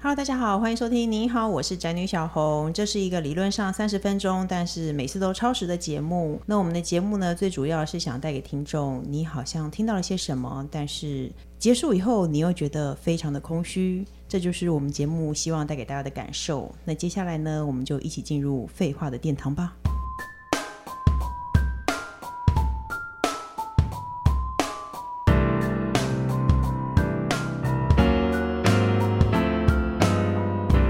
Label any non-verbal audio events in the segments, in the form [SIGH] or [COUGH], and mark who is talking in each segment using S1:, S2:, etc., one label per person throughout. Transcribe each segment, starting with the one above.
S1: Hello，大家好，欢迎收听。你好，我是宅女小红。这是一个理论上三十分钟，但是每次都超时的节目。那我们的节目呢，最主要是想带给听众，你好像听到了些什么，但是结束以后，你又觉得非常的空虚。这就是我们节目希望带给大家的感受。那接下来呢，我们就一起进入废话的殿堂吧。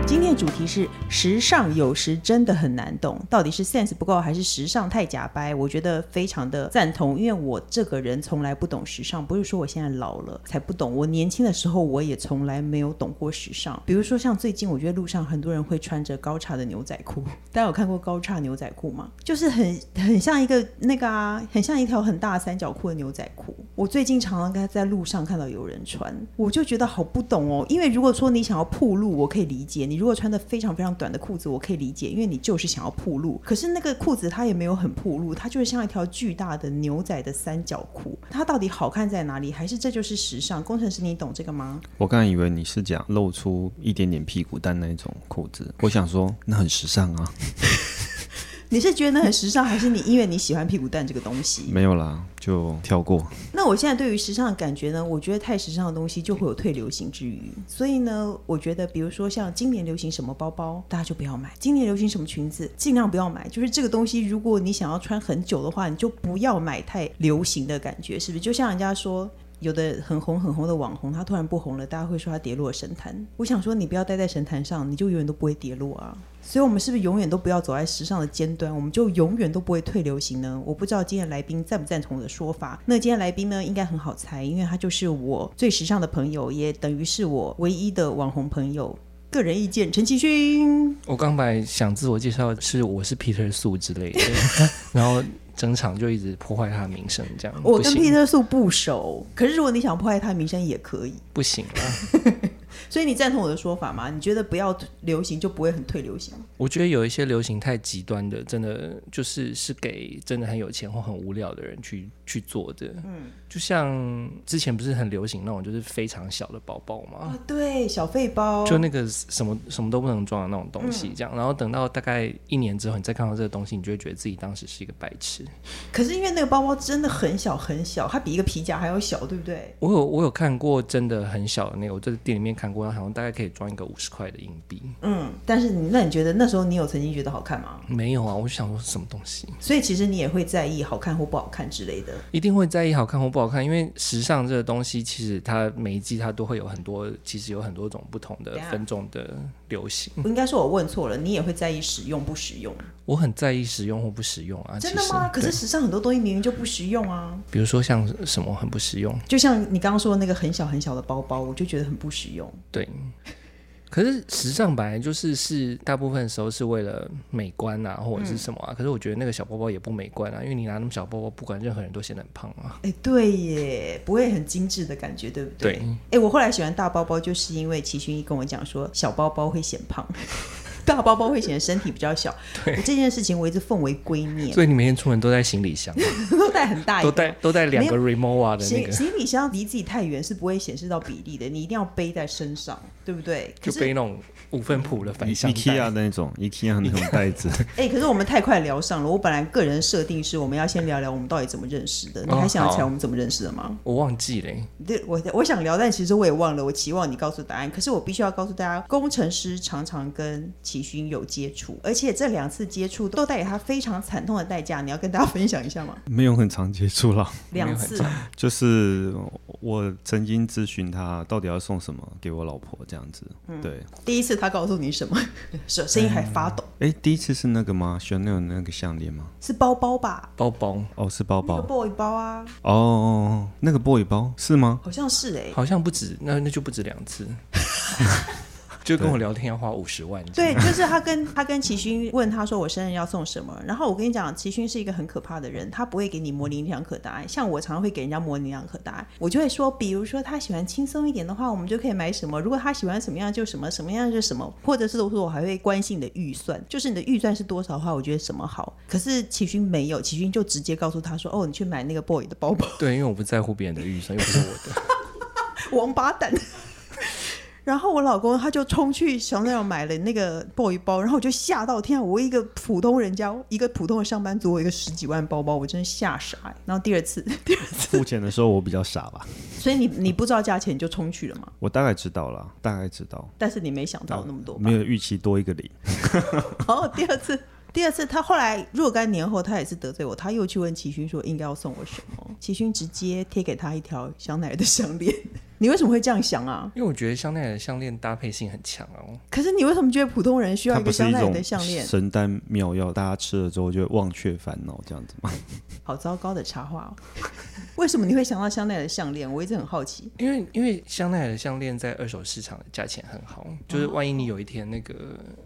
S1: 今天的主题是时尚，有时真的很难懂，到底是 sense 不够还是时尚太假掰？我觉得非常的赞同，因为我这个人从来不懂时尚，不是说我现在老了才不懂，我年轻的时候我也从来没有懂过时尚。比如说像最近，我觉得路上很多人会穿着高叉的牛仔裤，大家有看过高叉牛仔裤吗？就是很很像一个那个啊，很像一条很大的三角裤的牛仔裤。我最近常常在路上看到有人穿，我就觉得好不懂哦。因为如果说你想要铺路，我可以理解；你如果穿的非常非常短的裤子，我可以理解，因为你就是想要铺路。可是那个裤子它也没有很铺路，它就是像一条巨大的牛仔的三角裤。它到底好看在哪里？还是这就是时尚？工程师，你懂这个吗？
S2: 我刚才以为你是讲露出一点点屁股蛋那种裤子，我想说那很时尚啊，
S1: 你是觉得很时尚，还是你因为你喜欢屁股蛋这个东西？
S2: 没有啦，就跳过。
S1: 那我现在对于时尚的感觉呢，我觉得太时尚的东西就会有退流行之余，所以呢，我觉得比如说像今年流行什么包包，大家就不要买；今年流行什么裙子，尽量不要买。就是这个东西，如果你想要穿很久的话，你就不要买太流行的感觉，是不是？就像人家说。有的很红很红的网红，他突然不红了，大家会说他跌落神坛。我想说，你不要待在神坛上，你就永远都不会跌落啊。所以，我们是不是永远都不要走在时尚的尖端？我们就永远都不会退流行呢？我不知道今天来宾赞不赞同我的说法。那今天来宾呢，应该很好猜，因为他就是我最时尚的朋友，也等于是我唯一的网红朋友。个人意见，陈其勋。
S3: 我刚本来想自我介绍是我是 Peter 素之
S1: [LAUGHS]
S3: 类的，然后整场就一直破坏他的名声，这样
S1: 我
S3: 不
S1: 跟
S3: 行
S1: Peter 素不熟，可是如果你想破坏他的名声也可以。
S3: 不行啊！
S1: 所以你赞同我的说法吗？你觉得不要流行就不会很退流行？
S3: 我觉得有一些流行太极端的，真的就是是给真的很有钱或很无聊的人去去做的。嗯，就像之前不是很流行那种就是非常小的包包吗？
S1: 啊，对，小费包
S3: 嗯就那个什么什么都不能装的那种东
S1: 嗯
S3: 西，这样，然后等到大概一年之后，你再看到这个东西，你就会觉得自己当时是一个白痴。
S1: 可是因为那个包包真的很小很小，它比一个皮夹还要小，对不对？
S3: 我有我有看过真的很小的那个，我在店里面看过，它好像大概可以装一个五十块的硬币。
S1: 嗯，但是你那你觉得那时候你有曾经觉得好看吗？
S3: 没有啊，我就想说什么东西，
S1: 所以其实你也会在意好看或不好看之类的。
S3: 一定会在意好看或不好看，因为时尚这个东西，其实它每一季它都会有很多，其实有很多种不同的
S1: 对啊
S3: 分众的流行。
S1: 我应该说我问错了，你也会在意实用不实用？
S3: 我很在意实用或不实用啊，
S1: 真的
S3: 其实
S1: 吗？可是
S3: 对
S1: 时尚很多东西明明就不实用啊，
S3: 比如说像什么很不实用，
S1: 就像你刚刚说的那个很小很小的包包，我就觉得很不实用。
S3: 对。可是时尚本来就是是大部分时候是为了美观啊，或者
S1: 嗯
S3: 是什么啊。可是我觉得那个小包包也不美观啊，因为你拿那么小包包，不管任何人都显得很胖啊。
S1: 哎，对耶，不会很精致的感觉，对不对？
S3: 对
S1: 哎，我后来喜欢大包包，就是因为齐勋一跟我讲说，小包包会显胖， [LAUGHS] 大包包会显得身体比较小。
S3: 对
S1: 这件事情我一直奉为圭臬，
S3: 所以你每天出门都带行李
S1: [LAUGHS]
S3: 箱，
S1: 都带很大一
S3: 都
S1: 个。
S3: 带都带两个 Remova 的那
S1: 行
S3: 个，
S1: 行李箱离自己太远是不会显示到比例的，你一定要背在身上，对不对？可
S3: 就是背那种五分谱的反向
S2: IKEA 那种 IKEA 那种袋子， [LAUGHS]
S1: 哎、可是我们太快聊上了。我本来个人设定是我们要先聊聊我们到底怎么认识的，你
S3: 哦
S1: 还想得起来
S3: 好
S1: 我们怎么认识的吗？
S3: 我忘记了欸、
S1: 对，我我想聊，但其实我也忘了。我期望你告诉答案，可是我必须要告诉大家，工程师常常跟齐勋有接触，而且这两次接触都带给他非常惨痛的代价。你要跟大家分享一下吗？
S2: 没有很常接触啦。
S3: 没有
S1: 两
S3: 很
S1: 次，
S2: 就是我曾经咨询他到底要送什么给我老婆这样子。
S1: 嗯
S2: 对，
S1: 第一次他告诉你什么， [LAUGHS] 声声音还发抖，
S2: 哎，第一次是那个吗？Chanel 那个项链吗？
S1: 是包包吧？
S3: 包包
S2: 哦，是包包
S1: 那个 boy 包啊，
S2: 哦，那个 boy 包是吗？
S1: 好像是哎、
S3: 好像不止，那那就不止两 [LAUGHS] 次，就跟我聊天要花五十万，
S1: 对，就是他跟他跟齐勋问他说我生日要送什么，然后我跟你讲，齐勋是一个很可怕的人，他不会给你模棱两可答案。像我常常会给人家模棱两可答案，我就会说，比如说他喜欢轻松一点的话，我们就可以买什么；如果他喜欢什么样就什么，什么样就什么，或者是我说我还会关心你的预算，就是你的预算是多少的话，我觉得什么好。可是齐勋没有，齐勋就直接告诉他说，哦，你去买那个 boy 的包包。
S3: [LAUGHS] 对，因为我不在乎别人的预算，又不是我的，
S1: 王八蛋。然后我老公他就冲去小奈买了那个 boy 包，然后我就吓到，天啊！我一个普通人家，一个普通的上班族，我一个十几万包包，我真的吓傻、欸。然后第二次， [LAUGHS]
S2: 付钱的时候我比较傻吧，
S1: 所以你你不知道价钱你就冲去了嘛，
S2: 我大概知道了，大概知道，
S1: 但是你没想 [LAUGHS] 到那么多吧 [LAUGHS]
S2: 哦没。有预期多一个零。
S1: 然后第二次，第二次他后来若干年后，他也是得罪我，他又去问齐勋说应该要送我什么，齐勋直接贴给他一条香奈儿的项链。你为什么会这样想啊？
S3: 因为我觉得香奈儿的项链搭配性很强哦。
S1: 可是你为什么觉得普通人需要
S2: 它
S1: 一
S2: 不
S1: 个
S2: 是
S1: 香
S2: 一
S1: 奈儿
S2: 种
S1: 的项链？
S2: 神丹妙药，大家吃了之后就会忘却烦恼这样子吗？
S1: 好糟糕的插话哦！ [LAUGHS] 为什么你会想到香奈儿的项链？我一直很好奇。
S3: 因为因为香奈儿的项链在二手市场的价钱很好，
S1: 哦
S3: 就是万一你有一天那个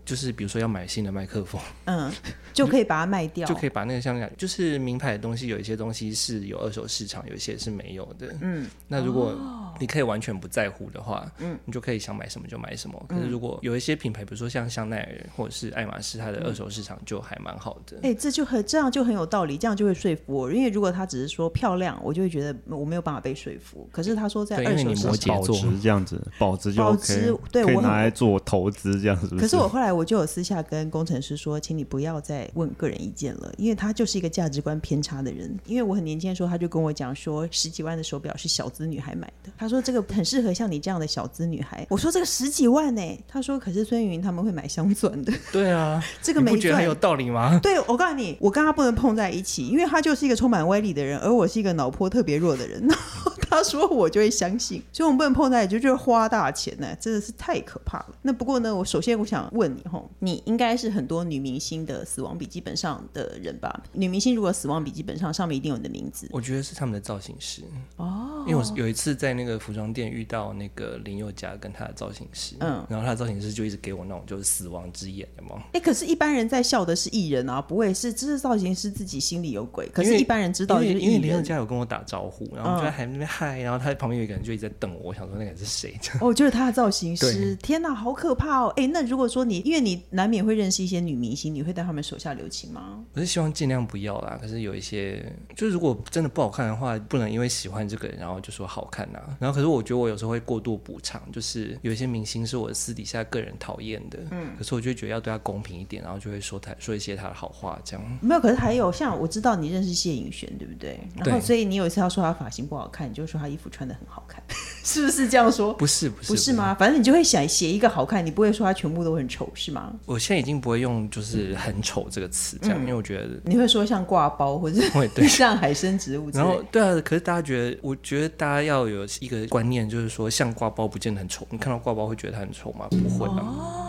S3: 就是比如说要买新的麦克风，
S1: 嗯，就可以把它卖掉，
S3: 就可以把那个项链，就是名牌的东西有一些东西是有二手市场，有一些是没有的。
S1: 嗯，
S3: 那如果你可以完全不在乎的话，嗯，你就可以想买什么就买什么。可是如果有一些品牌，比如说像香奈儿或者是爱马仕，它的二手市场就还蛮好的。
S1: [LAUGHS] 哎、这就很这样就很有道理，这样就会说服我。因为如果他只是说漂亮，我就会觉得嗯我没有办法被说服。可是他说在
S3: 对
S1: 二
S3: 因
S1: 手
S3: 为你
S1: 市
S3: 摩
S1: 场，
S3: 羯
S2: 保
S3: 座
S2: 值这样子， [LAUGHS] 保值就
S1: 保
S2: OK，
S1: 值对
S2: 可以
S1: 我很
S2: 拿来做投资这样，是不是？
S1: 可是我后来我就有私下跟工程师说，请你不要再问个人意见了，因为他就是一个价值观偏差的人。因为我很年轻的时候，他就跟我讲说，十几万的手表是小资女孩买的，他说这个很适合像你这样的小资女孩。我说这个十几万呢、他说可是孙云他们会买镶钻的，
S3: 对啊，
S1: 这个
S3: 你
S1: 没
S3: 不觉得
S1: 钻
S3: 很有道理吗？
S1: 对，我告诉你，我跟他不能碰在一起，因为他就是一个充满歪理的人，而我是一个脑波特别弱的人。 [LAUGHS] 然后他说我就会相信，所以我们不能碰在一起，就觉得花大钱呢、真的是太可怕了。那不过呢，我首先我想问你吼，你应该是很多女明星的死亡笔记本上的人吧？女明星如果死亡笔记本上上面一定有你的名字
S3: 我觉得是他们的造型师，
S1: 哦
S3: 因为我有一次在那个服装店遇到那个林宥嘉跟他的造型师，
S1: 嗯
S3: 嗯，然后他的造型师就一直给我那种就是死亡之眼，有没有？
S1: 哎、可是，一般人在笑的是艺人啊，不会是这是造型师自己心里有鬼。可
S3: 因
S1: 是，
S3: 为
S1: 一般人知道的
S3: 因
S1: 就是
S3: 为因
S1: 艺
S3: 为林宥
S1: 人。啊
S3: 嘉有跟我打招呼，然后我
S1: 嗯
S3: 就在还在那边嗨，然后他旁边有一个人就一直在瞪我，我想说那个人是谁？这样 [LAUGHS]
S1: 哦，就是他的造型师
S3: 对，
S1: 天哪，好可怕哦！哎，那如果说你，因为你难免会认识一些女明星，你会对她们手下留情吗？
S3: 我是希望尽量不要啦，可是有一些就是如果真的不好看的话，不能因为喜欢这个人然后就说好看呐、啊然后可是我觉得我有时候会过度补偿，就是有一些明星是我私底下个人讨厌的，嗯，可是我就觉得要对他公平一点，然后就会说他说一些他的好话这样。
S1: 没有，可是还有像我知道你认识谢颖璇，对不对？然后
S3: 对
S1: 所以你有一次要说她发型不好看，你就说她衣服穿的很好看， [LAUGHS] 是不是这样说？
S3: 不是不是
S1: 不是？吗？反正你就会想写一个好看，你不会说她全部都很丑，是吗？
S3: 我现在已经不会用就是很丑这个词这样，
S1: 嗯
S3: 因为我觉得
S1: 你会说像挂包或者
S3: 会对
S1: [LAUGHS] 像海参植物之类
S3: 然
S1: 的，
S3: 后对啊，可是大家觉得，我觉得大家要有一个观念，就是说，像挂包不见得很丑，你看到挂包会觉得它很丑吗？不会吧。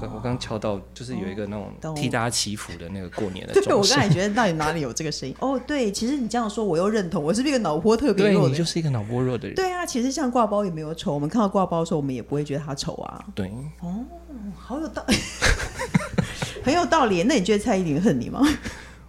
S3: 对我刚敲到，就是有一个那
S1: 哦懂
S3: 种替大家祈福的那个过年的
S1: 对，我
S3: 钟
S1: 刚
S3: [LAUGHS] 声。
S1: 才觉得到底哪里有这个声音？哦，对，其实你这样说，我又认同，我是不是一个脑波特别
S3: 对
S1: 弱的
S3: 你
S1: 人？
S3: 就是一个脑波弱的人。
S1: 对啊，其实像挂包也没有丑，我们看到挂包的时候，我们也不会觉得它丑啊，
S3: 对，
S1: 哦好有道， [LAUGHS] 很有道理。那你觉得蔡依林恨你吗？ [LAUGHS]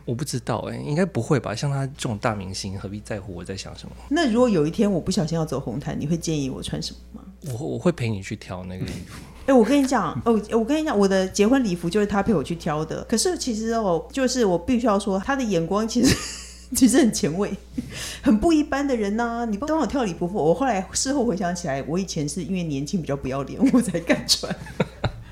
S3: 我不知道哎、应该不会吧？像他这种大明星，何必在乎我在想什么？
S1: 那如果有一天我不小心要走红毯，你会建议我穿什么吗？
S3: 我我会陪你去挑那个衣服。
S1: 哎、我跟你讲，哦，我跟你讲，我的结婚礼服就是他陪我去挑的。可是其实哦，就是我必须要说，他的眼光其实 [LAUGHS] 其实很前卫， [LAUGHS] 很不一般的人呐、你帮我挑礼服，我后来事后回想起来，我以前是因为年轻比较不要脸， [LAUGHS] 我才敢穿。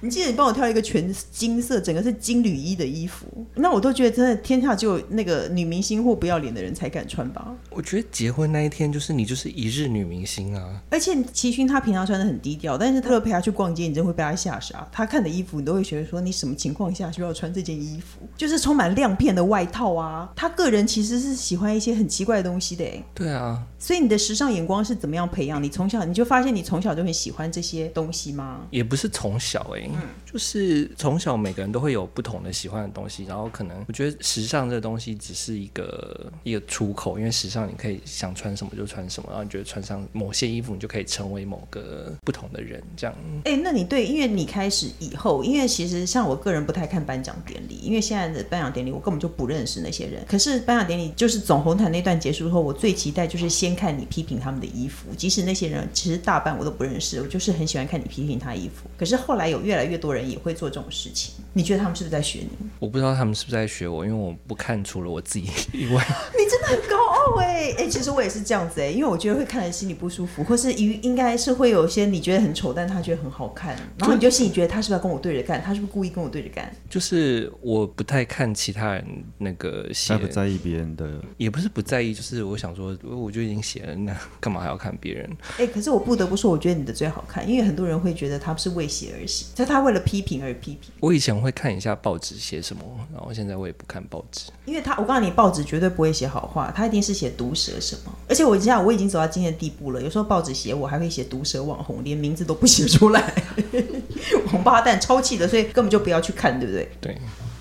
S1: 你记得你帮我挑一个全金色，整个是金缕衣的衣服，那我都觉得真的天下只有那个女明星或不要脸的人才敢穿吧。
S3: 我觉得结婚那一天，就是你就是一日女明星啊。
S1: 而且齐勋他平常穿的很低调，但是他如果陪他去逛街，你真会被他吓傻。他看的衣服，你都会觉得说，你什么情况下需要穿这件衣服？就是充满亮片的外套啊。他个人其实是喜欢一些很奇怪的东西的诶，
S3: 对啊，
S1: 所以你的时尚眼光是怎么样培养？你从小你就发现你从小就很喜欢这些东西吗？
S3: 也不是从小哎、就是从小每个人都会有不同的喜欢的东西，然后可能我觉得时尚这个东西只是一个一个出口，因为时尚你可以想穿什么就穿什么，然后你觉得穿上某些衣服，你就可以成为某个不同的人这样。
S1: 哎、那你对，因为你开始以后，因为其实像我个人不太看颁奖典礼，因为现在的颁奖典礼我根本就不认识那些人。可是颁奖典礼就是总红毯那段结束后，我最期待就是先看你批评他们的衣服，即使那些人其实大半我都不认识，我就是很喜欢看你批评他衣服。可是后来有越来越多人也会做这种事情，你觉得他们是不是在学你？
S3: 我不知道他们是不是在学我，因为我不看除了我自己以外，
S1: [LAUGHS] 你真的很高傲哎、 [LAUGHS] 哎、其实我也是这样子哎、因为我觉得会看人心里不舒服，或是应应该是会有一些你觉得很丑，但他觉得很好看，然后你就心里觉得他是不是要跟我对着干，他是不是故意跟我对着干？
S3: 就是我不太看其他人那个写
S2: 在不在意别人的
S3: 也不是不在意，就是我想说，我就已经写了，那干嘛还要看别人？
S1: 哎、可是我不得不说，我觉得你的最好看，因为很多人会觉得他是为写而写，但他为了批评而批评。
S3: 我以前会看一下报纸写什么，然后现在我也不看报纸。
S1: 因为他，我告诉你，报纸绝对不会写好话，他一定是写毒舌什么。而且我知道我已经走到今天的地步了，有时候报纸写我还会写毒舌网红，连名字都不写出来， [LAUGHS] 王八蛋，超气的，所以根本就不要去看，对不对？
S3: 对，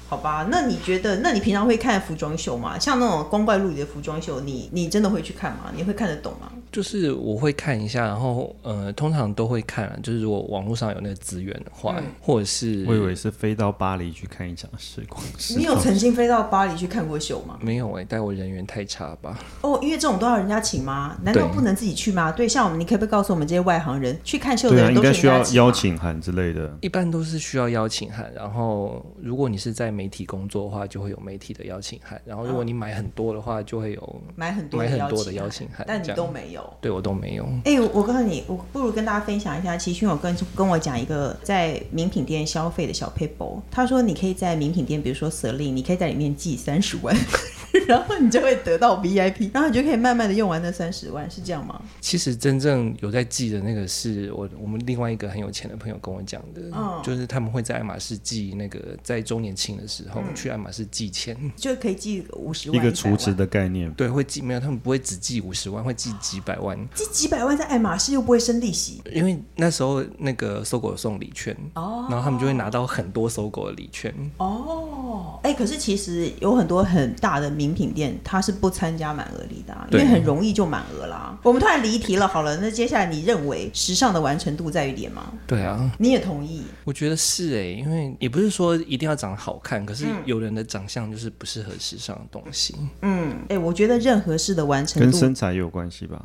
S1: 好吧，那你觉得，那你平常会看服装秀吗？像那种光怪陆离的服装秀，你你真的会去看吗？你会看得懂吗？
S3: 就是我会看一下，然后呃，通常都会看、啊，就是如果网络上有那个资源的话，或者是
S2: 嗯我以为是飞到巴黎去看一场时光时
S1: 你有曾经飞到巴黎去看过秀吗？
S3: 没有哎、但我人缘太差吧？
S1: 哦，因为这种都要人家请吗？难道
S3: 对
S1: 不能自己去吗？对，像我们，你可不可以告诉我们这些外行人，去看秀的
S2: 对啊，
S1: 人都
S2: 应
S1: 是
S2: 该
S1: 人
S2: 需
S1: 家
S2: 要邀
S1: 吗？
S2: 请函之类的。
S3: 一般都是需要邀请函，然后如果你是在媒体工作的话，就会有媒体的邀请函，然后如果你买很多的话，就会有
S1: 买很多
S3: 买
S1: 的
S3: 很多的
S1: 邀
S3: 邀
S1: 请函
S3: 请函，，
S1: 但你
S3: 这样
S1: 都没有。
S3: 对我都没有。
S1: 哎、我我告诉你，我不如跟大家分享一下，齐勋有跟跟我讲一个在名品店消费的小 paper，他说你可以在名品店，比如说 Celine，你可以在里面寄三十万， [LAUGHS] 然后你就会得到 VIP，然后你就可以慢慢的用完那三十万，是这样吗？
S3: 其实真正有在寄的那个是我我们另外一个很有钱的朋友跟我讲的，
S2: 嗯
S3: 就是他们会在爱马仕寄那个在周年庆的时候、
S2: 嗯
S3: 去爱马仕寄钱，
S1: 就可以寄五十万，
S2: 一个
S1: 100
S2: 厨子
S1: 万
S2: 的概念，
S3: 对，会寄没有，他们不会只寄五十万，会寄几百万，
S1: 寄几百万在爱马仕又不会生利息，
S3: 因为那时候那个搜狗有送礼券，然后他们就会拿到很多搜狗的礼券，
S1: 哦，哎、可是其实有很多很大的名品店，它是不参加满额礼的、啊，因
S3: 对
S1: 为很容易就满额啦。我们突然离题了，好了，那接下来你认为时尚的完成度在于脸吗？
S3: 对啊，
S1: 你也同意？
S3: 我觉得是哎、因为也不是说一定要长得好看，可是有人的长相就是不适合时尚的东西。
S1: 嗯，哎、我觉得任何事的完成
S2: 跟
S1: 度，
S2: 身材也有关系吧？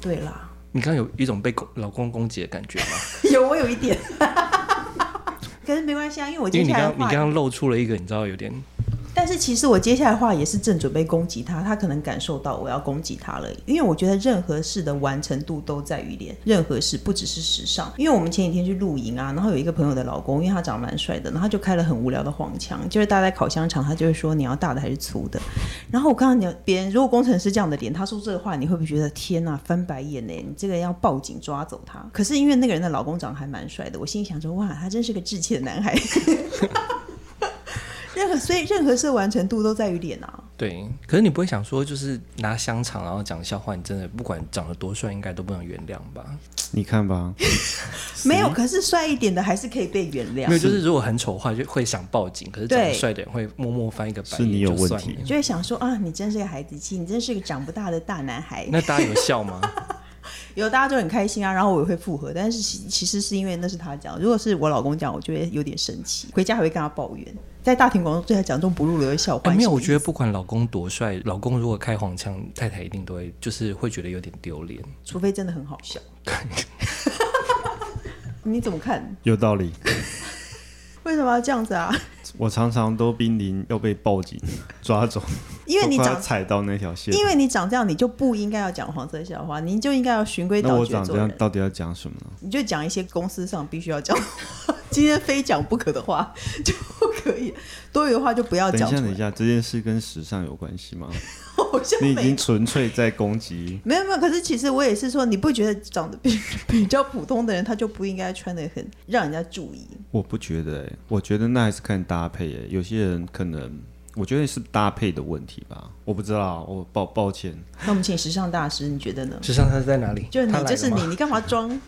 S1: 对啦， [LAUGHS]
S3: 你刚刚有一种被攻老公攻击的感觉吗？
S1: 有我有一点， [LAUGHS] 可是没关系啊，因为我
S3: 因
S1: 接
S3: 为你
S1: 下来
S3: 刚刚
S1: 的
S3: 你刚
S1: 话，
S3: 刚露出了一个，你知道有点
S1: 但是其实我接下来的话也是正准备攻击他，他可能感受到我要攻击他了，因为我觉得任何事的完成度都在于脸，任何事不只是时尚，因为我们前几天去露营啊，然后有一个朋友的老公，因为他长得蛮帅的，然后他就开了很无聊的黄腔，就是大家在烤香肠，他就会说你要大的还是粗的，然后我看到你别人，如果工程师这样的脸，他说这个话，你会不会觉得天呐、翻白眼呢？你这个要报警抓走他。可是因为那个人的老公长得还蛮帅的，我心里想说，哇，他真是个稚气的男孩。 [LAUGHS] 任何所以任何事完成度都在于脸啊。
S3: 对，可是你不会想说，就是拿香肠然后讲笑话，你真的不管长得多帅，应该都不能原谅吧？
S2: 你看吧，
S1: 没有，可是帅一点的还是可以被原谅
S3: 嗯没。有，就是如果很丑的话，就会想报警，可是长
S1: 对
S3: 得帅的人会默默翻一个白眼，
S2: 是你有
S3: 就算
S2: 问题
S1: 就会想说啊，你真是个孩子气，你真是个长不大的大男孩。
S3: 那大家有笑
S1: [LAUGHS]
S3: 吗？
S1: 有大家就很开心啊，然后我也会附和，但是其其实是因为那是他讲，如果是我老公讲，我就会有点生气，回家还会跟他抱怨，在大庭广众对他讲这种不入流的笑话。
S3: 哎没有，
S1: 是
S3: 我觉得不管老公多帅，老公如果开黄腔，太太一定都会就是会觉得有点丢脸。
S1: 除非真的很好
S3: [LAUGHS]
S1: 笑。你怎么看？
S2: 有道理。
S1: 为什么要这样子啊？
S2: 我常常都濒临要被报警抓走，
S1: 因为你
S2: 我快要
S1: 长，
S2: 踩到那条线。
S1: 因为你长这样，你就不应该要讲黄色笑话，你就应该要循规
S2: 那
S1: 蹈
S2: 我
S1: 矩
S2: 长
S1: 做
S2: 这样
S1: 人。
S2: 到底要讲什么呢？
S1: 你就讲一些公司上必须要讲的 [LAUGHS] 话，今天非讲不可的话就不可以，多余的话就不要
S2: 等一
S1: 讲出
S2: 下，等一
S1: 来。
S2: 下，这件事跟时尚有关系
S1: [LAUGHS]
S2: 吗？
S1: 好像
S2: 你已
S1: 没
S2: 经纯粹在攻击，
S1: 没有没有，可是其实我也是说，你不觉得长得比 [LAUGHS] 比较普通的人，他就不应该穿的很让人家注意？
S2: 我不觉得、欸，我觉得那还是看搭配、欸，有些人可能。我觉得是搭配的问题吧，我不知道，啊我抱抱歉，
S1: 那我们请时尚大师，你觉得呢？
S3: 时尚他是在哪里？
S1: 就是
S3: 他
S1: 你，
S3: 来
S1: 就是
S3: 了吗
S1: 你，，你干嘛装？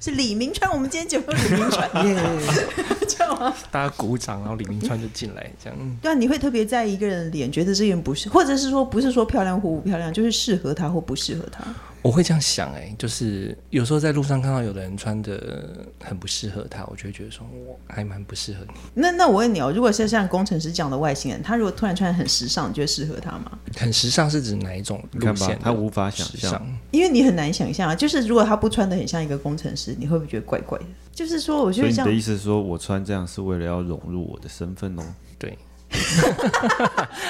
S1: 是李明川，我们今天节目有 [LAUGHS] 李明川，
S2: [LAUGHS]
S1: [LAUGHS] 这样吗？
S3: 大家鼓掌，然后李明川就进来，这样
S1: 对啊，你会特别在意一个人的脸，觉得这个人不是，或者是说不是说漂亮或不漂亮，就是适合他或不适合他。
S3: 我会这样想哎、就是有时候在路上看到有的人穿的很不适合他，我就会觉得说，我还蛮不适合你，
S1: 那那我问你哦，如果是像工程师这样的外星人，他如果突然穿得很时尚，你觉得适合他吗？
S3: 很时尚是指哪一种
S2: 你
S3: 路
S2: 看吧
S3: 线？
S2: 他无法想
S3: 时
S2: 象
S3: 尚，
S1: 因为你很难想象啊，就是如果他不穿的很像一个工程师，你会不会觉得怪怪的？就是说，我觉得
S2: 所以你
S1: 这
S2: 的
S1: 样
S2: 意思是说我穿这样是为了要融入我的身份哦？
S3: 对， [LAUGHS]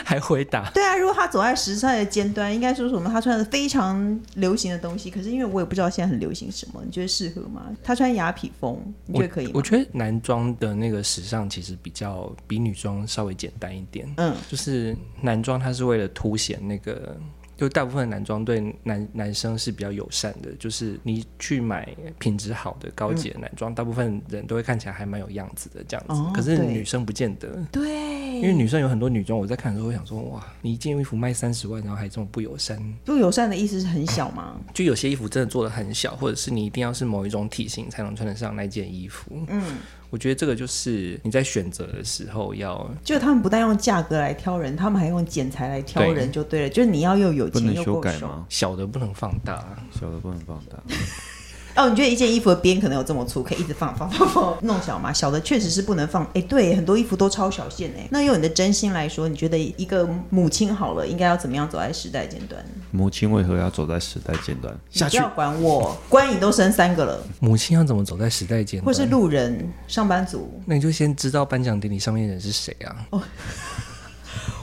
S3: 还回答
S1: 对啊，如果他走在时尚的尖端，应该说什么？他穿的非常流行的东西，可是因为我也不知道现在很流行什么，你觉得适合吗？他穿雅痞风，你觉得可以
S3: 我
S1: 吗？
S3: 觉得男装的那个时尚其实比较比女装稍微简单一点，
S1: 嗯，
S3: 就是男装它是为了凸显那个，就大部分男装对男男生是比较友善的，就是你去买品质好的高级的男装，大部分人都会看起来还蛮有样子的这样子。
S1: 哦
S3: 可是
S1: 对嗯
S3: 女生不见得，
S1: 对，
S3: 因为女生有很多女装，我在看的时候会想说，哇，你一件衣服卖三十万，然后还这么不友善，
S1: 不友善的意思是很小吗？
S3: 就有些衣服真的做的很小，或者是你一定要是某一种体型才能穿得上那件衣服。
S1: 嗯，
S3: 我觉得这个就是你在选择的时候要
S1: 就他们不但用价格来挑人，他们还用剪裁来挑
S3: 对
S1: 人，就对了。就是你要又有
S2: 不
S1: 钱
S2: 能
S1: 又
S2: 修
S1: 够
S2: 改
S1: 瘦。
S2: 吗？
S3: 小的不能放大、
S2: 小的不能放大。
S1: 哦，你觉得一件衣服的边可能有这么粗，可以一直放放放放弄小吗？ [LAUGHS] 小的确实是不能放。哎、对，很多衣服都超小线哎、那用你的真心来说，你觉得一个母亲好了，应该要怎么样走在时代尖端？
S2: 母亲为何要走在时代尖端？下去嗯
S1: 你不要管我，关你都生三个了，
S3: 母亲要怎么走在时代尖端？
S1: 或是路人、上班族，
S3: 那你就先知道颁奖典礼上面的人是谁啊？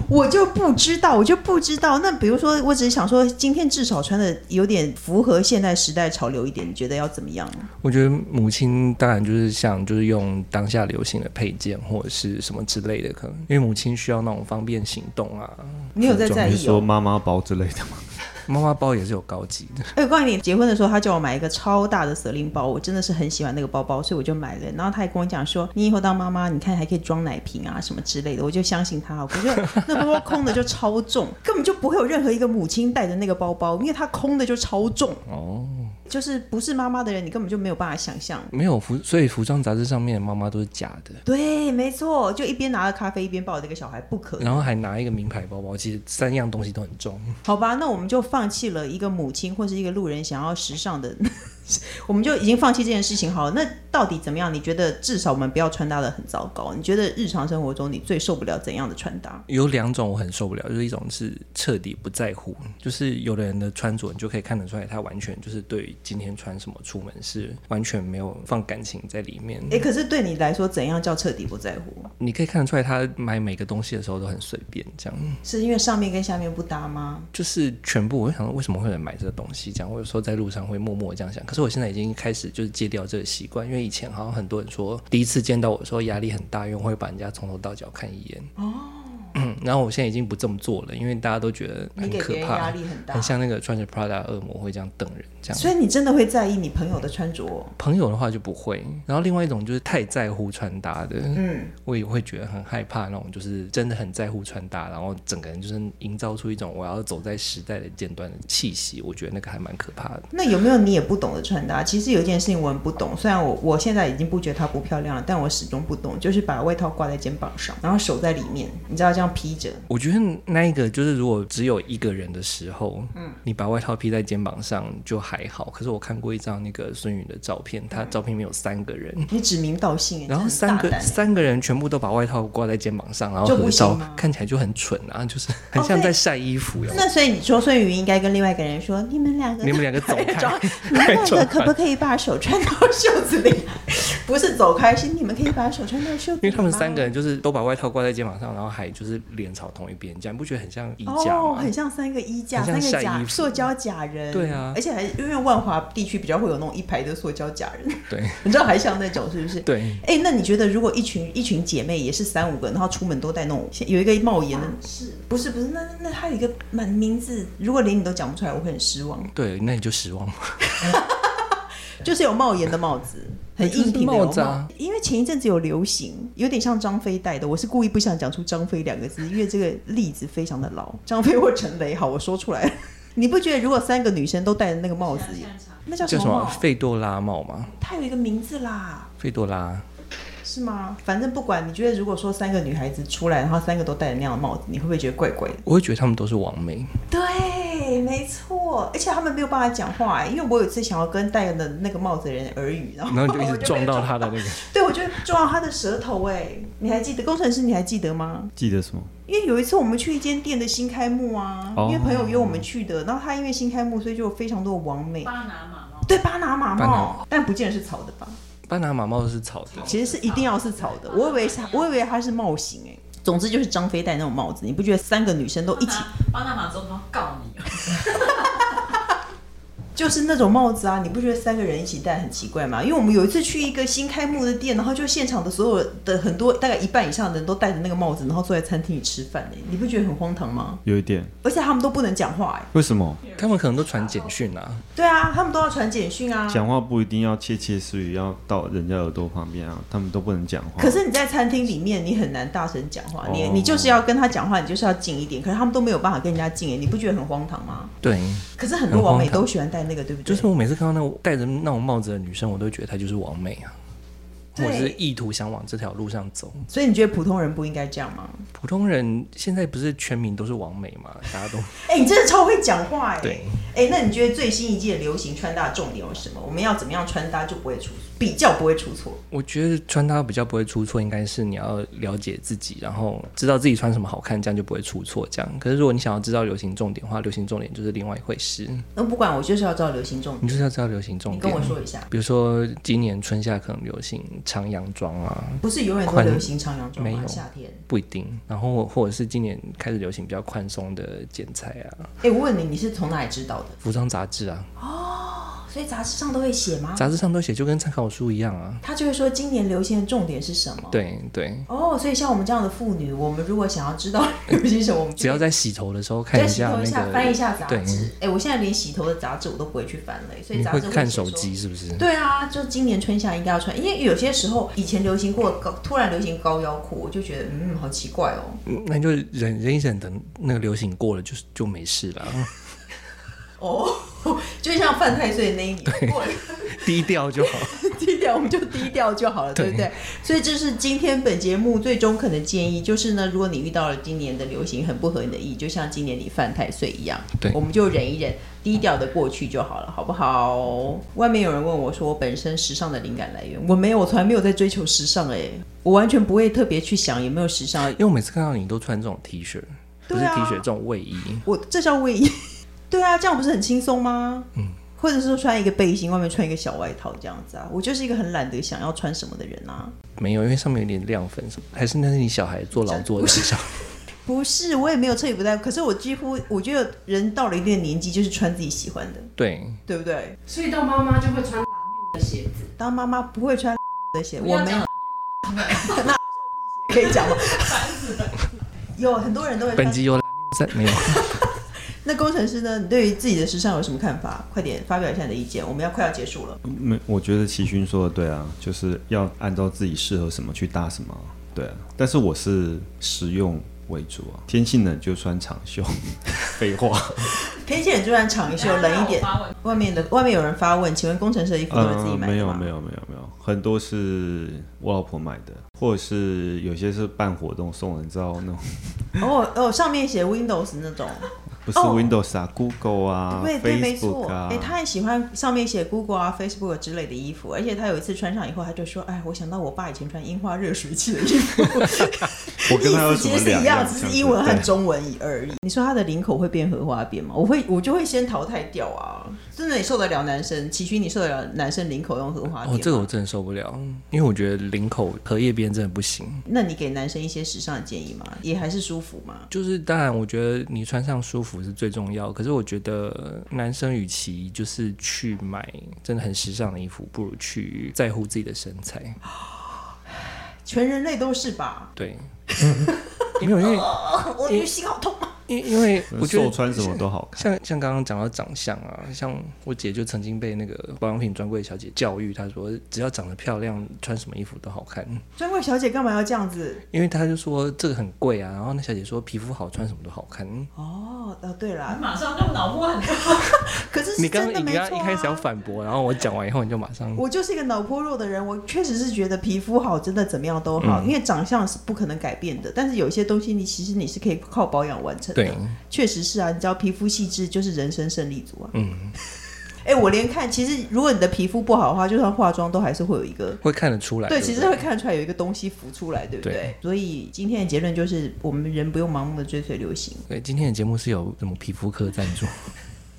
S1: 我就不知道，我就不知道。那比如说，我只是想说，今天至少穿的有点符合现代时代潮流一点，你觉得要怎么样？
S3: 我觉得母亲当然就是像就是用当下流行的配件或者是什么之类的，可能因为母亲需要那种方便行动啊。
S1: 你有在在
S2: 你
S1: 意
S2: 是说
S1: 哦？
S2: 妈妈包之类的吗？
S3: 妈妈包也是有高级的，
S1: 哎、我告诉你，结婚的时候他叫我买一个超大的舍令包，我真的是很喜欢那个包包，所以我就买了。然后他还跟我讲说，你以后当妈妈，你看还可以装奶瓶啊什么之类的，我就相信他。可是那包包空的就超重，根本就不会有任何一个母亲带着那个包包，因为它空的就超重。
S3: 哦，
S1: 就是不是妈妈的人，你根本就没有办法想象。
S3: 没有服，所以服装杂志上面的妈妈都是假的，
S1: 对，没错，就一边拿着咖啡一边抱着一个小孩，不可能。
S3: 然后还拿一个名牌包包，其实三样东西都很重。
S1: 好吧，那我们就放弃了一个母亲或是一个路人想要时尚的， [LAUGHS] 我们就已经放弃这件事情。好了，那到底怎么样？你觉得至少我们不要穿搭的很糟糕？你觉得日常生活中你最受不了怎样的穿搭？
S3: 有两种我很受不了，就是一种是彻底不在乎，就是有的人的穿着你就可以看得出来，他完全就是对于今天穿什么出门是完全没有放感情在里面。
S1: 诶，可是对你来说，怎样叫彻底不在乎？
S3: 你可以看得出来，他买每个东西的时候都很随便，这样
S1: 是因为上面跟下面不搭吗？
S3: 就是全部。我就想说，为什么会有人买这个东西？这样，我有时候在路上会默默这样想。可是我现在已经开始就是戒掉这个习惯，因为以前好像很多人说，第一次见到我的时候压力很大，因为我会把人家从头到脚看一眼。哦。然后我现在已经不这么做了，因为大家都觉得
S1: 你
S3: 很
S1: 给
S3: 可
S1: 别人压
S3: 怕，
S1: 力很大
S3: 很，像那个穿着 Prada 恶魔会这样瞪人这样。
S1: 所以你真的会在意你朋友的穿着哦？
S3: 朋友的话就不会，然后另外一种就是太在乎穿搭的，
S1: 嗯，
S3: 我也会觉得很害怕那种，就是真的很在乎穿搭，然后整个人就是营造出一种我要走在时代的尖端的气息，我觉得那个还蛮可怕的。
S1: 那有没有你也不懂的穿搭？其实有一件事情我很不懂，虽然我我现在已经不觉得它不漂亮了，但我始终不懂，就是把外套挂在肩膀上，然后手在里面，你知道这样披着，
S3: 我觉得那一个就是如果只有一个人的时候，嗯，你把外套披在肩膀上就还好。可是我看过一张那个孙宇的照片，他照片里面有三个人，
S1: 你指名道姓，
S3: 然后
S1: 你真的
S3: 三
S1: 很
S3: 个
S1: 大胆
S3: 三个人全部都把外套挂在肩膀上，然后
S1: 就不
S3: 合
S1: 行
S3: 照
S1: 吗，哦
S3: 看起来就很蠢啊，就是很像在晒衣服呀。
S1: 那所以你说孙宇应该跟另外一个人说，你们两个，
S3: 你们两个走开 [LAUGHS]
S1: 装，你们两个可不可以把手穿到 [LAUGHS] 袖子里？不是走开，是你们可以把手穿到袖子里吗
S3: 因为他们三个人就是都把外套挂在肩膀上，然后还就是脸朝同一边，这样你不觉得很像衣架
S1: 哦，
S3: 吗？
S1: 很像三个衣架，
S3: 很像
S1: 三个
S3: 晒
S1: 假
S3: 衣服
S1: 塑胶假人，
S3: 对啊
S1: 而且还因为万华地区比较会有那种一排的塑胶假人，
S3: 对
S1: [LAUGHS] 你知道还像那种是不是？
S3: 对，
S1: 哎、那你觉得如果一群一群姐妹也是三五个，然后出门都戴那种有一个帽檐的，是不是不是？那那那还有一个满名字，如果连你都讲不出来，我会很失望。
S3: 对，那你就失望了。
S1: 就是有帽檐的帽子，很
S3: 哎就是
S1: 硬挺的有
S3: 帽子啊
S1: 因为前一阵子有流行，有点像张飞戴的，我是故意不想讲出张飞两个
S3: [LAUGHS]
S1: 字，因为这个例子非常的老。张飞或陈雷，好，我说出来了。 [LAUGHS] 你不觉得如果三个女生都戴着那个帽子，那叫什
S3: 叫
S1: 么
S3: 什么
S1: 帽？
S3: 费多拉帽吗？
S1: 它有一个名字啦。
S3: 费多拉，
S1: 是吗？反正不管，你觉得如果说三个女孩子出来，然后三个都戴着那样的帽子，你会不会觉得怪怪的？ [LAUGHS]
S3: 我会觉得他们都是完美。
S1: 对，对，没错，而且他们没有办法讲话、因为我有一次想要跟戴的那个帽子的人耳语，然后
S3: 然后你就一
S1: 我
S3: 直
S1: 被
S3: 撞到他的那个，
S1: 对，哦我就撞到他的舌头哎、你还记得工程师？你还记得吗？
S2: 记得什么？
S1: 因为有一次我们去一间店的新开幕啊，
S2: 哦
S1: 因为朋友约我们去的，然后他因为新开幕，所以就有非常多的网美，
S4: 巴拿马猫，
S1: 对巴拿马
S3: 巴拿
S1: 帽，但不见得是草的吧？
S3: 巴拿马帽是草的，
S1: 其实是一定要是草的，我以为是，我以为它是帽型哎、总之就是张飞戴那种帽子，你不觉得三个女生都一起
S4: 巴拿马总统告你哦，
S1: 就是那种帽子啊？你不觉得三个人一起戴很奇怪吗？因为我们有一次去一个新开幕的店，然后就现场的所有的很多大概一半以上的人都戴着那个帽子，然后坐在餐厅里吃饭哎、你不觉得很荒唐吗？
S2: 有一点，
S1: 而且他们都不能讲话哎、
S2: 为什么
S3: 他们可能都传简讯啊，
S1: 对啊，他们都要传简讯啊。
S2: 讲话不一定要窃窃私语，要到人家耳朵旁边啊？他们都不能讲话。
S1: 可是你在餐厅里面，你很难大声讲话，你
S2: 哦
S1: 你就是要跟他讲话，你就是要近一点。可是他们都没有办法跟人家近哎，你不觉得很荒唐吗？
S3: 对，
S1: 可是很多网美
S3: 很荒唐
S1: 都喜欢戴那个，对不对？
S3: 就是我每次看到那种戴着那种帽子的女生，我都觉得她就是王美啊，
S1: 对
S3: 我是意图想往这条路上走。
S1: 所以你觉得普通人不应该这样吗？
S3: 普通人现在不是全民都是王美嘛，大家都
S1: 哎、你真的超会讲话哎、
S3: 对。
S1: 哎、那你觉得最新一季的流行穿搭重点有什么？我们要怎么样穿搭就不会出，比较不会出错？
S3: 我觉得穿搭比较不会出错，应该是你要了解自己，然后知道自己穿什么好看，这样就不会出错。这样，可是如果你想要知道流行重点的话，流行重点就是另外一回事，
S1: 那不管，我就是要照流行重
S3: 你
S1: 点。
S3: 就是要知道流行重
S1: 你跟
S3: 点
S1: 我。说一下，
S3: 比如说今年春夏可能流行长洋装啊，
S1: 不是永远都
S3: 宽
S1: 流行长洋装
S3: 没
S1: 吗？
S3: 有
S1: 夏天。
S3: 不一定。然后或者是今年开始流行比较宽松的剪裁啊，
S1: 哎、我问你，你是从哪里知道的？哦
S3: 服装杂志啊，
S1: 所以杂志上都会写吗？
S3: 杂志上都写，就跟参考书一样啊。
S1: 他就会说今年流行的重点是什么？。
S3: 对对，
S1: 哦，所以像我们这样的妇女，我们如果想要知道流行什么，我们就
S3: 哎只要在洗头的时候看
S1: 再
S3: 一
S1: 洗
S3: 下
S1: 头一下，
S3: 那
S1: 翻一
S3: 个，
S1: 下杂
S3: 对
S1: 志。哎、我现在连洗头的杂志我都不会去翻了、所以
S3: 你
S1: 杂志
S3: 会
S1: 写
S3: 看手
S1: 说
S3: 机是不是？
S1: 对啊，就今年春夏应该要穿，因为有些时候以前流行过高，突然流行高腰裤，我就觉得嗯，好奇怪哦。
S3: 嗯那你就忍忍一忍，等那个流行过了就就没事了。
S1: [LAUGHS] 哦，就像犯太岁那一年，过了
S3: 低调就好。
S1: 低调我们就低调就好了，对不对？所以这是今天本节目最中肯的建议，就是呢，如果你遇到了今年的流行很不合你的意，就像今年你犯太岁一样，
S3: 对
S1: 我们就忍一忍，低调的过去就好了，好不好？外面有人问我说，我本身时尚的灵感来源，我没有，我从来没有在追求时尚、哎，我完全不会特别去想有没有时尚，
S3: [LAUGHS] 因为我每次看到你都穿这种 T 恤，不
S1: 对
S3: 是 T
S1: 啊
S3: 恤，这种卫衣，
S1: 我这叫卫衣。 [LAUGHS] 对啊，这样不是很轻松吗？嗯，或者是说穿一个背心，外面穿一个小外套这样子啊。我就是一个很懒得想要穿什么的人啊。
S3: 没有，因为上面有点亮粉什么，还是那是你小孩做劳
S1: [LAUGHS]
S3: 作的时候，
S1: 不是，我也没有彻底不戴，可是我几乎我觉得人到了一定的年纪，就是穿自己喜欢的， [LAUGHS]
S3: 对，
S1: 对不对？
S4: 所以到妈妈就会穿蓝绿的鞋子，
S1: 当妈妈不会穿的鞋，
S4: 不
S1: 我
S4: 要
S1: 没有
S4: 讲，
S1: [LAUGHS] 可以讲吗？ [LAUGHS] 有很多人都会
S3: 本
S1: 穿。
S3: 集有在
S1: [LAUGHS]
S3: 没有？
S1: 那工程师呢？你对于自己的时尚有什么看法？快点发表一下你的意见，我们要快要结束了。
S2: 没，我觉得齐勋说的对啊，就是要按照自己适合什么去搭什么，对啊。但是我是实用为主啊，天性冷就穿长袖， [LAUGHS] 废话。
S1: 天气很突然，长一袖，冷一点。外面的外面有人发问，请问工程师的衣服都是自己买
S2: 呃没
S1: 的
S2: 有
S1: 吗？
S2: 没有没有没有，很多是我老婆买的，或者是有些是办活动送人，你知道
S1: [LAUGHS]
S2: 那种
S1: 哦哦，上面写 Windows 那种，
S2: 不是
S1: 哦
S2: Windows 啊、Google 啊、
S1: 对对，没错
S2: Facebook。啊
S1: 哎，，他很喜欢上面写 Google 啊、Facebook 之类的衣服，而且他有一次穿上以后，他就说：“哎，我想到我爸以前穿樱花热水器的衣服，
S2: 我跟他有
S1: [LAUGHS] 意思其
S2: 什么
S1: 实是一
S2: 两
S1: 样，
S2: 样？
S1: 只
S2: 这
S1: 是
S2: 样
S1: 英文
S2: 子
S1: 和中文而已。”你说他的领口会变荷花边吗？我会，我就会先淘汰掉啊！真的，你受得了男生？其实你受得了男生领口用荷花边吗？
S3: 哦，这
S1: [LAUGHS]
S3: 个我真的受不了，因为我觉得领口荷叶边真的不行。
S1: 那你给男生一些时尚的建议吗？也还是舒服吗？
S3: 就是当然，我觉得你穿上舒服是最重要。可是我觉得男生与其就是去买真的很时尚的衣服，不如去在乎自己的身材。
S1: 全人类都是吧？
S3: 对，没有因为
S1: 啊我觉得心好痛啊！
S3: 因因为我觉
S2: 瘦
S3: 得
S2: 穿什么都好看。
S3: 像像刚刚讲到长相啊，像我姐就曾经被那个保养品专柜小姐教育，她说只要长得漂亮，穿什么衣服都好看。
S1: 专柜小姐干嘛要这样子？
S3: 因为她就说这个很贵啊，然后那小姐说皮肤好，穿什么都好看。
S1: 哦，哦，呃，对啦
S4: 你，马上就脑波很高，
S1: 可是是
S3: 你刚
S1: 真的
S3: 你
S1: 没
S3: 刚
S1: 错、
S3: 一
S1: 啊、
S3: 开始要反驳，然后我讲完以后你就马上
S1: 我就是一个脑波弱的人，我确实是觉得皮肤好真的怎么样都好，
S3: 嗯
S1: 因为长相是不可能改变的，但是有一些东西你其实你是可以靠保养完成的。
S3: 对，
S1: 确实是啊，你只要皮肤细致就是人生胜利组啊。
S3: 嗯，
S1: [LAUGHS] 哎、我连看，其实如果你的皮肤不好的话，就算化妆都还是会有一个。
S3: 会看得出来。
S1: 对，
S3: 不
S1: 其实会看得出来有一个东西浮出来，对不对？
S3: 对
S1: 所以今天的结论就是，我们人不用盲目的追随流行，
S3: 对，今天的节目是有什么皮肤科赞助，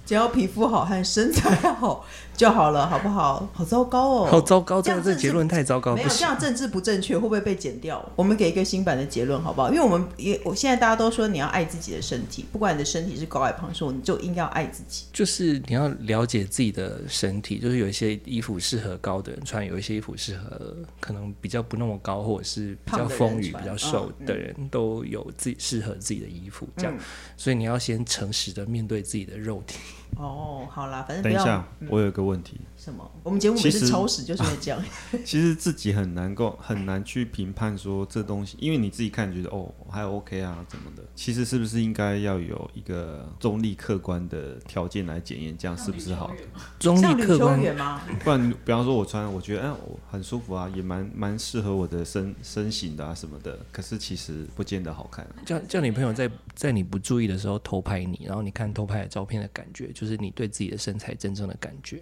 S1: 只要皮肤好和身材好就好了，好不
S2: [LAUGHS]
S1: 好？好糟糕哦，
S3: 好糟糕，
S1: 这
S3: 这
S1: 样
S3: 个这
S1: 真的是
S3: 结论太糟糕，
S1: 没有
S3: 不
S1: 这
S3: 行。
S1: 样政治不正确会不会被剪掉？我们给一个新版的结论好不好？因为我们也我现在大家都说你要爱自己的身体，不管你的身体是高矮胖瘦，你就应该要爱自己。
S3: 就是你要了解自己的身体，就是有一些衣服适合高的人穿，有一些衣服适合可能比较不那么高，或者是比较丰腴、
S1: 胖
S3: 比
S1: 的人穿
S3: 较瘦
S1: 嗯
S3: 的人，都有自己适合自己的衣服。这样，所以你要先诚实的面对自己的肉体。
S1: 哦，好啦，反正
S2: 等
S1: 不
S2: 一
S1: 要嗯
S2: 下，我有一个问题，
S1: 什么，我们节目不
S2: 其
S1: 是
S2: 实
S1: 超时就是因为这样。
S2: 其实自己很难够很难去评判说这东西，因为你自己看觉得哦还 OK 啊怎么的，其实是不是应该要有一个中立客观的条件来检验这样是不是好的？
S3: 中
S1: 像
S2: [LAUGHS]
S3: 立
S1: 吕
S3: 客
S1: 秋
S3: 观，
S1: 远吗？
S2: 不然比方说我穿，我觉得哎、我很舒服啊，也蛮蛮适合我的身身形的啊什么的，可是其实不见得好看、啊。
S3: 叫叫你朋友在在你不注意的时候偷拍你，然后你看偷拍的照片的感觉，就是你对自己的身材真正的感觉。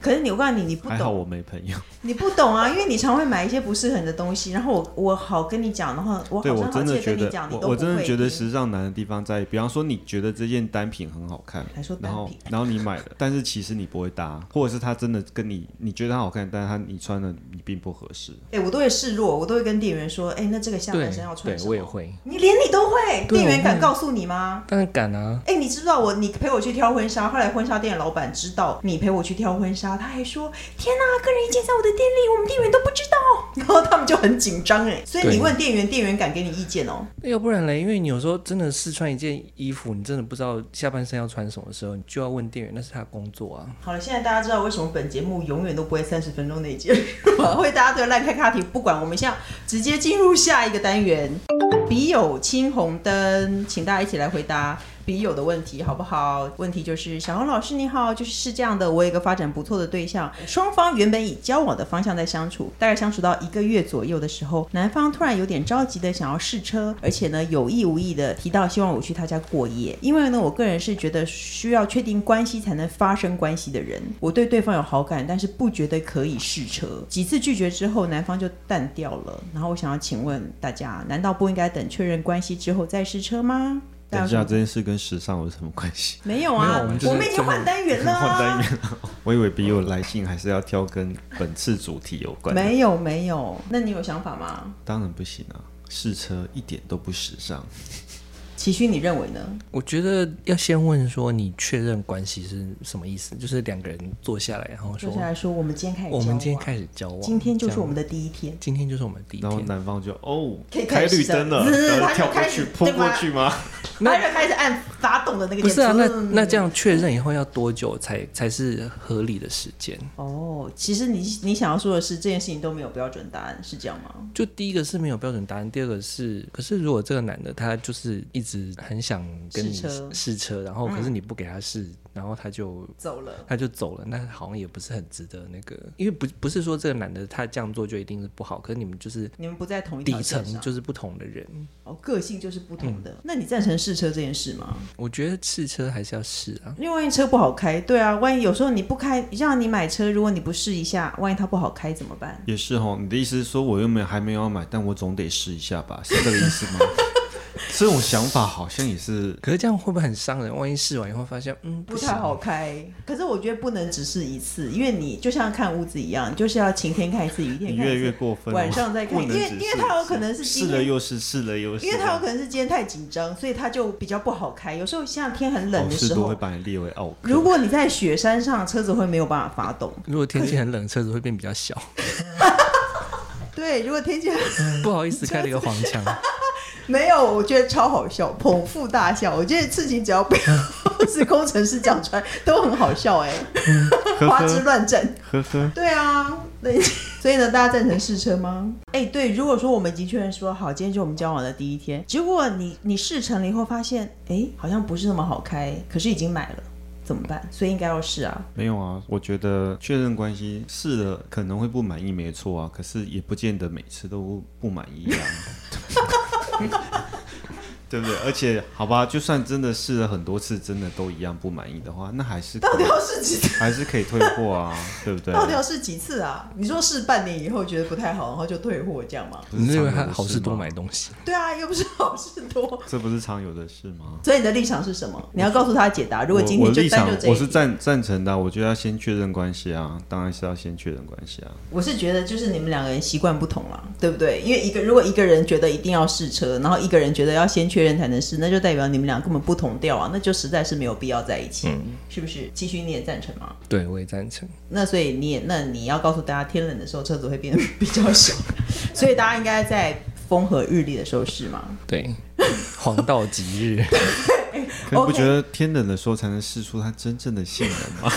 S1: 可是你我告诉你，你不
S2: 还好
S1: 懂，
S2: 我没朋友，
S1: 你不懂啊，因为你常会买一些不适合你的东西。然后我我好跟你讲的话，哦我好
S2: 对
S1: 像
S2: 我
S1: 好
S2: 真
S1: 像
S2: 的觉
S1: 跟你
S2: 得
S1: 讲，你
S2: 我
S1: 都
S2: 我
S1: 不
S2: 真的
S1: 会
S2: 觉得
S1: 听
S2: 时尚难的地方在于，比方说你觉得这件单品很好看，
S1: 还说单
S2: 然后
S1: 品
S2: 然后你买了，但是其实你不会搭，或者是它真的跟你你觉得它好看，但是它你穿了你并不合适。
S1: 哎、我都会示弱，我都会跟店员说，哎、那这个下
S3: 对
S1: 半身要，穿
S3: 对
S1: 什么？
S3: 我也会，
S1: 你连你都会，
S3: 对
S1: 店员
S3: 我
S1: 敢
S3: 会
S1: 告诉你吗？
S3: 但是敢啊，
S1: 哎、你知不知道我？你陪我去挑婚纱，后来婚纱店的老板知道你陪我去挑婚纱，他还说：“天哪、个人意见在我的店里，我们店员都不知道。” [LAUGHS] 然后他们就很紧张哎，所以
S3: 对
S1: 你问店员，店员敢给你意见哦。
S3: 要不然嘞，因为你有时候真的试穿一件衣服，你真的不知道下半身要穿什么的时候，你就要问店员，那是他的工作啊。
S1: 好了，现在大家知道为什么本节目永远都不会三十分钟内结束 [LAUGHS] 了，会大家对烂开卡题不管，我们现在直接进入下一个单元，笔友青红灯，请大家一起来回答。笔友的问题好不好？问题就是小红老师你好，就是是这样的，我有一个发展不错的对象，双方原本以交往的方向在相处，大概相处到一个月左右的时候，男方突然有点着急的想要试车，而且呢有意无意的提到希望我去他家过夜，因为呢我个人是觉得需要确定关系才能发生关系的人，我对对方有好感，但是不觉得可以试车。几次拒绝之后，男方就淡掉了。然后我想要请问大家，难道不应该等确认关系之后再试车吗？大
S2: 等
S1: 家有什
S2: 一下，
S1: 么
S2: 这件事跟时尚有什么关系？
S1: 没有
S3: 没
S1: 啊，
S3: 有我们就是
S1: 已经换单元了啊，
S2: 换单元，我以为笔友来信还是要挑跟本次主题有关的。
S1: 没有没有，那你有想法吗？
S2: 当然不行啊，试车一点都不时尚。
S1: 齐勋，你认为呢？
S3: 我觉得要先问说你确认关系是什么意思，就是两个人坐下来，然后
S1: 坐
S3: 说
S1: 下来说，我们今天开始，
S3: 我们今天，开始交往，
S1: 今天就是我们
S3: 的，
S1: 的第一天。
S3: 今天就是我们的第一
S2: 然后
S3: 天。
S2: 男方就哦
S1: 可以，
S2: 开
S1: 开始
S2: 绿灯了，
S1: 滋
S2: 然
S1: 他
S2: 后
S1: 就
S2: 跳过
S1: 开
S2: 去
S1: 始
S2: 扑
S1: 对
S2: 过
S1: 吧
S2: 去吗？
S1: 那就开始按打懂的那个键。
S3: 不是啊，那
S1: 嗯
S3: 那这样确认以后要多久才才是合理的时间？
S1: 哦，其实你你想要说的是这件事情都没有标准答案，是这样吗？
S3: 就第一个是没有标准答案，第二个是，可是如果这个男的他就是一直很想跟你
S1: 试车嗯
S3: 试车，然后可是你不给他试，然后他就
S1: 走了，
S3: 他就走了，那好像也不是很值得那个，因为不不是说这个男的他这样做就一定是不好，可是你们就是
S1: 你们不在同一条
S3: 底
S1: 线
S3: 层
S1: 上，
S3: 就是不同的人。
S1: 哦，个性就是不同的。
S2: 嗯
S1: 那你赞成试车这件事吗？
S3: 我觉得试车还是要试啊，
S1: 因为万一车不好开，对啊，万一有时候你不开，让你买车，如果你不试一下，万一它不好开怎么办？
S2: 也是哦，你的意思是说我又没有还没有要买，但我总得试一下吧，是这个意思吗？ [LAUGHS] 这种想法好像也是
S3: 可是这样会不会很伤人？万一试完以后发现嗯
S1: 不
S3: 行
S1: 太好开，可是我觉得不能只试一次，因为你就像看屋子一样，就是要晴天看一次，雨天
S2: 你
S1: 看
S2: 越来
S1: 一
S2: 越
S1: 次，
S2: 过分哦。
S1: 晚上再看，
S2: 不
S1: 因
S2: 能
S1: 为
S2: 只
S1: 因为
S2: 试
S1: 它有可能是今
S2: 试了
S1: 天
S2: 又试，试了又试，
S1: 因为它有可能是今天太紧张，所以它就比较不好开。有时候像天很冷
S2: 哦
S1: 的
S2: 是
S1: 时
S2: 都
S1: 候
S2: 会，把你列为傲客。
S1: 如果你在雪山上，车子会没有办法发动。
S3: 如果天气很冷，车子会变比较
S1: [LAUGHS]
S3: 小。
S1: 对，如果天气很，
S3: 不好意思，开了一个黄腔。
S1: 没有，我觉得超好笑，捧腹大笑。我觉得事情只要不要是工程师讲出来，都很好笑哎、
S2: 呵
S1: 花枝
S2: 呵
S1: 乱颤。
S2: 呵呵，
S1: 对啊，对，所以呢，大家赞成试车吗？哎、对，如果说我们已经确认说好，今天是我们交往的第一天，结果你你试乘了以后发现，哎、好像不是那么好开，可是已经买了，怎么办？所以应该要试 [LAUGHS] 啊。
S2: 没有啊，我觉得确认关系试了可能会不满意，没错啊，可是也不见得每次都不满意啊， [LAUGHS] 对不对？而且好吧，就算真的试了很多次，真的都一样不满意的话，那还是可
S1: 到底
S2: 以
S1: 要试几次？
S2: 还是可以退货啊， [LAUGHS] 对不对？
S1: 到底要试几次啊？你说试半年以后觉得不太好，然后就退货这样吗？
S2: 不
S3: 你是
S2: 常有
S3: 因为
S2: 的
S3: 他好事多
S2: 吗
S3: 买东西，
S1: 对啊，又不是好事多。 [LAUGHS]
S2: 这不是常有的事吗？
S1: 所以你的立场是什么？你要告诉他解答。如果今天
S2: 我我
S1: 就
S2: 立
S1: 单
S2: 场
S1: 就这一
S2: 我是
S1: 题
S2: 赞赞成的啊，我觉得要先确认关系啊，当然是要先确认关系啊。
S1: 我是觉得就是你们两个人习惯不同啦，对不对？因为一个如果一个人觉得一定要试车，然后一个人觉得要先确认才能试，那就代表你们俩根本不同调啊，那就实在是没有必要在一起，
S2: 嗯
S1: 是不是？继续你也赞成吗？
S3: 对我也赞成。
S1: 那所以你也那你要告诉大家，天冷的时候车子会变得比较小，所以大家应该在风和日丽的时候试嘛。
S3: 对，黄道吉日，
S2: 可你
S1: OK
S2: 不觉得天冷的时候才能试出它真正的性能吗？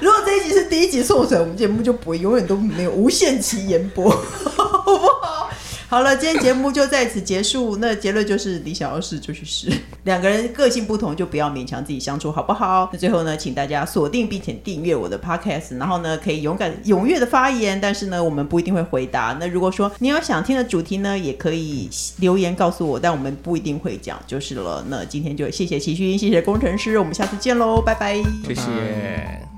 S1: 如果这一集是第一集送审，我们节目就不会永远都没有无限期延播，好不好？好了，今天节目就在此结束。那结论就是，你想要试就去试，两个人个性不同就不要勉强自己相处，好不好？那最后呢，请大家锁定并且订阅我的 podcast，然后呢，可以勇敢踊跃的发言，但是呢，我们不一定会回答。那如果说你有想听的主题呢，也可以留言告诉我，但我们不一定会讲，就是了。那今天就谢谢齐勋，谢谢工程师，我们下次见喽，拜拜。
S3: 谢谢。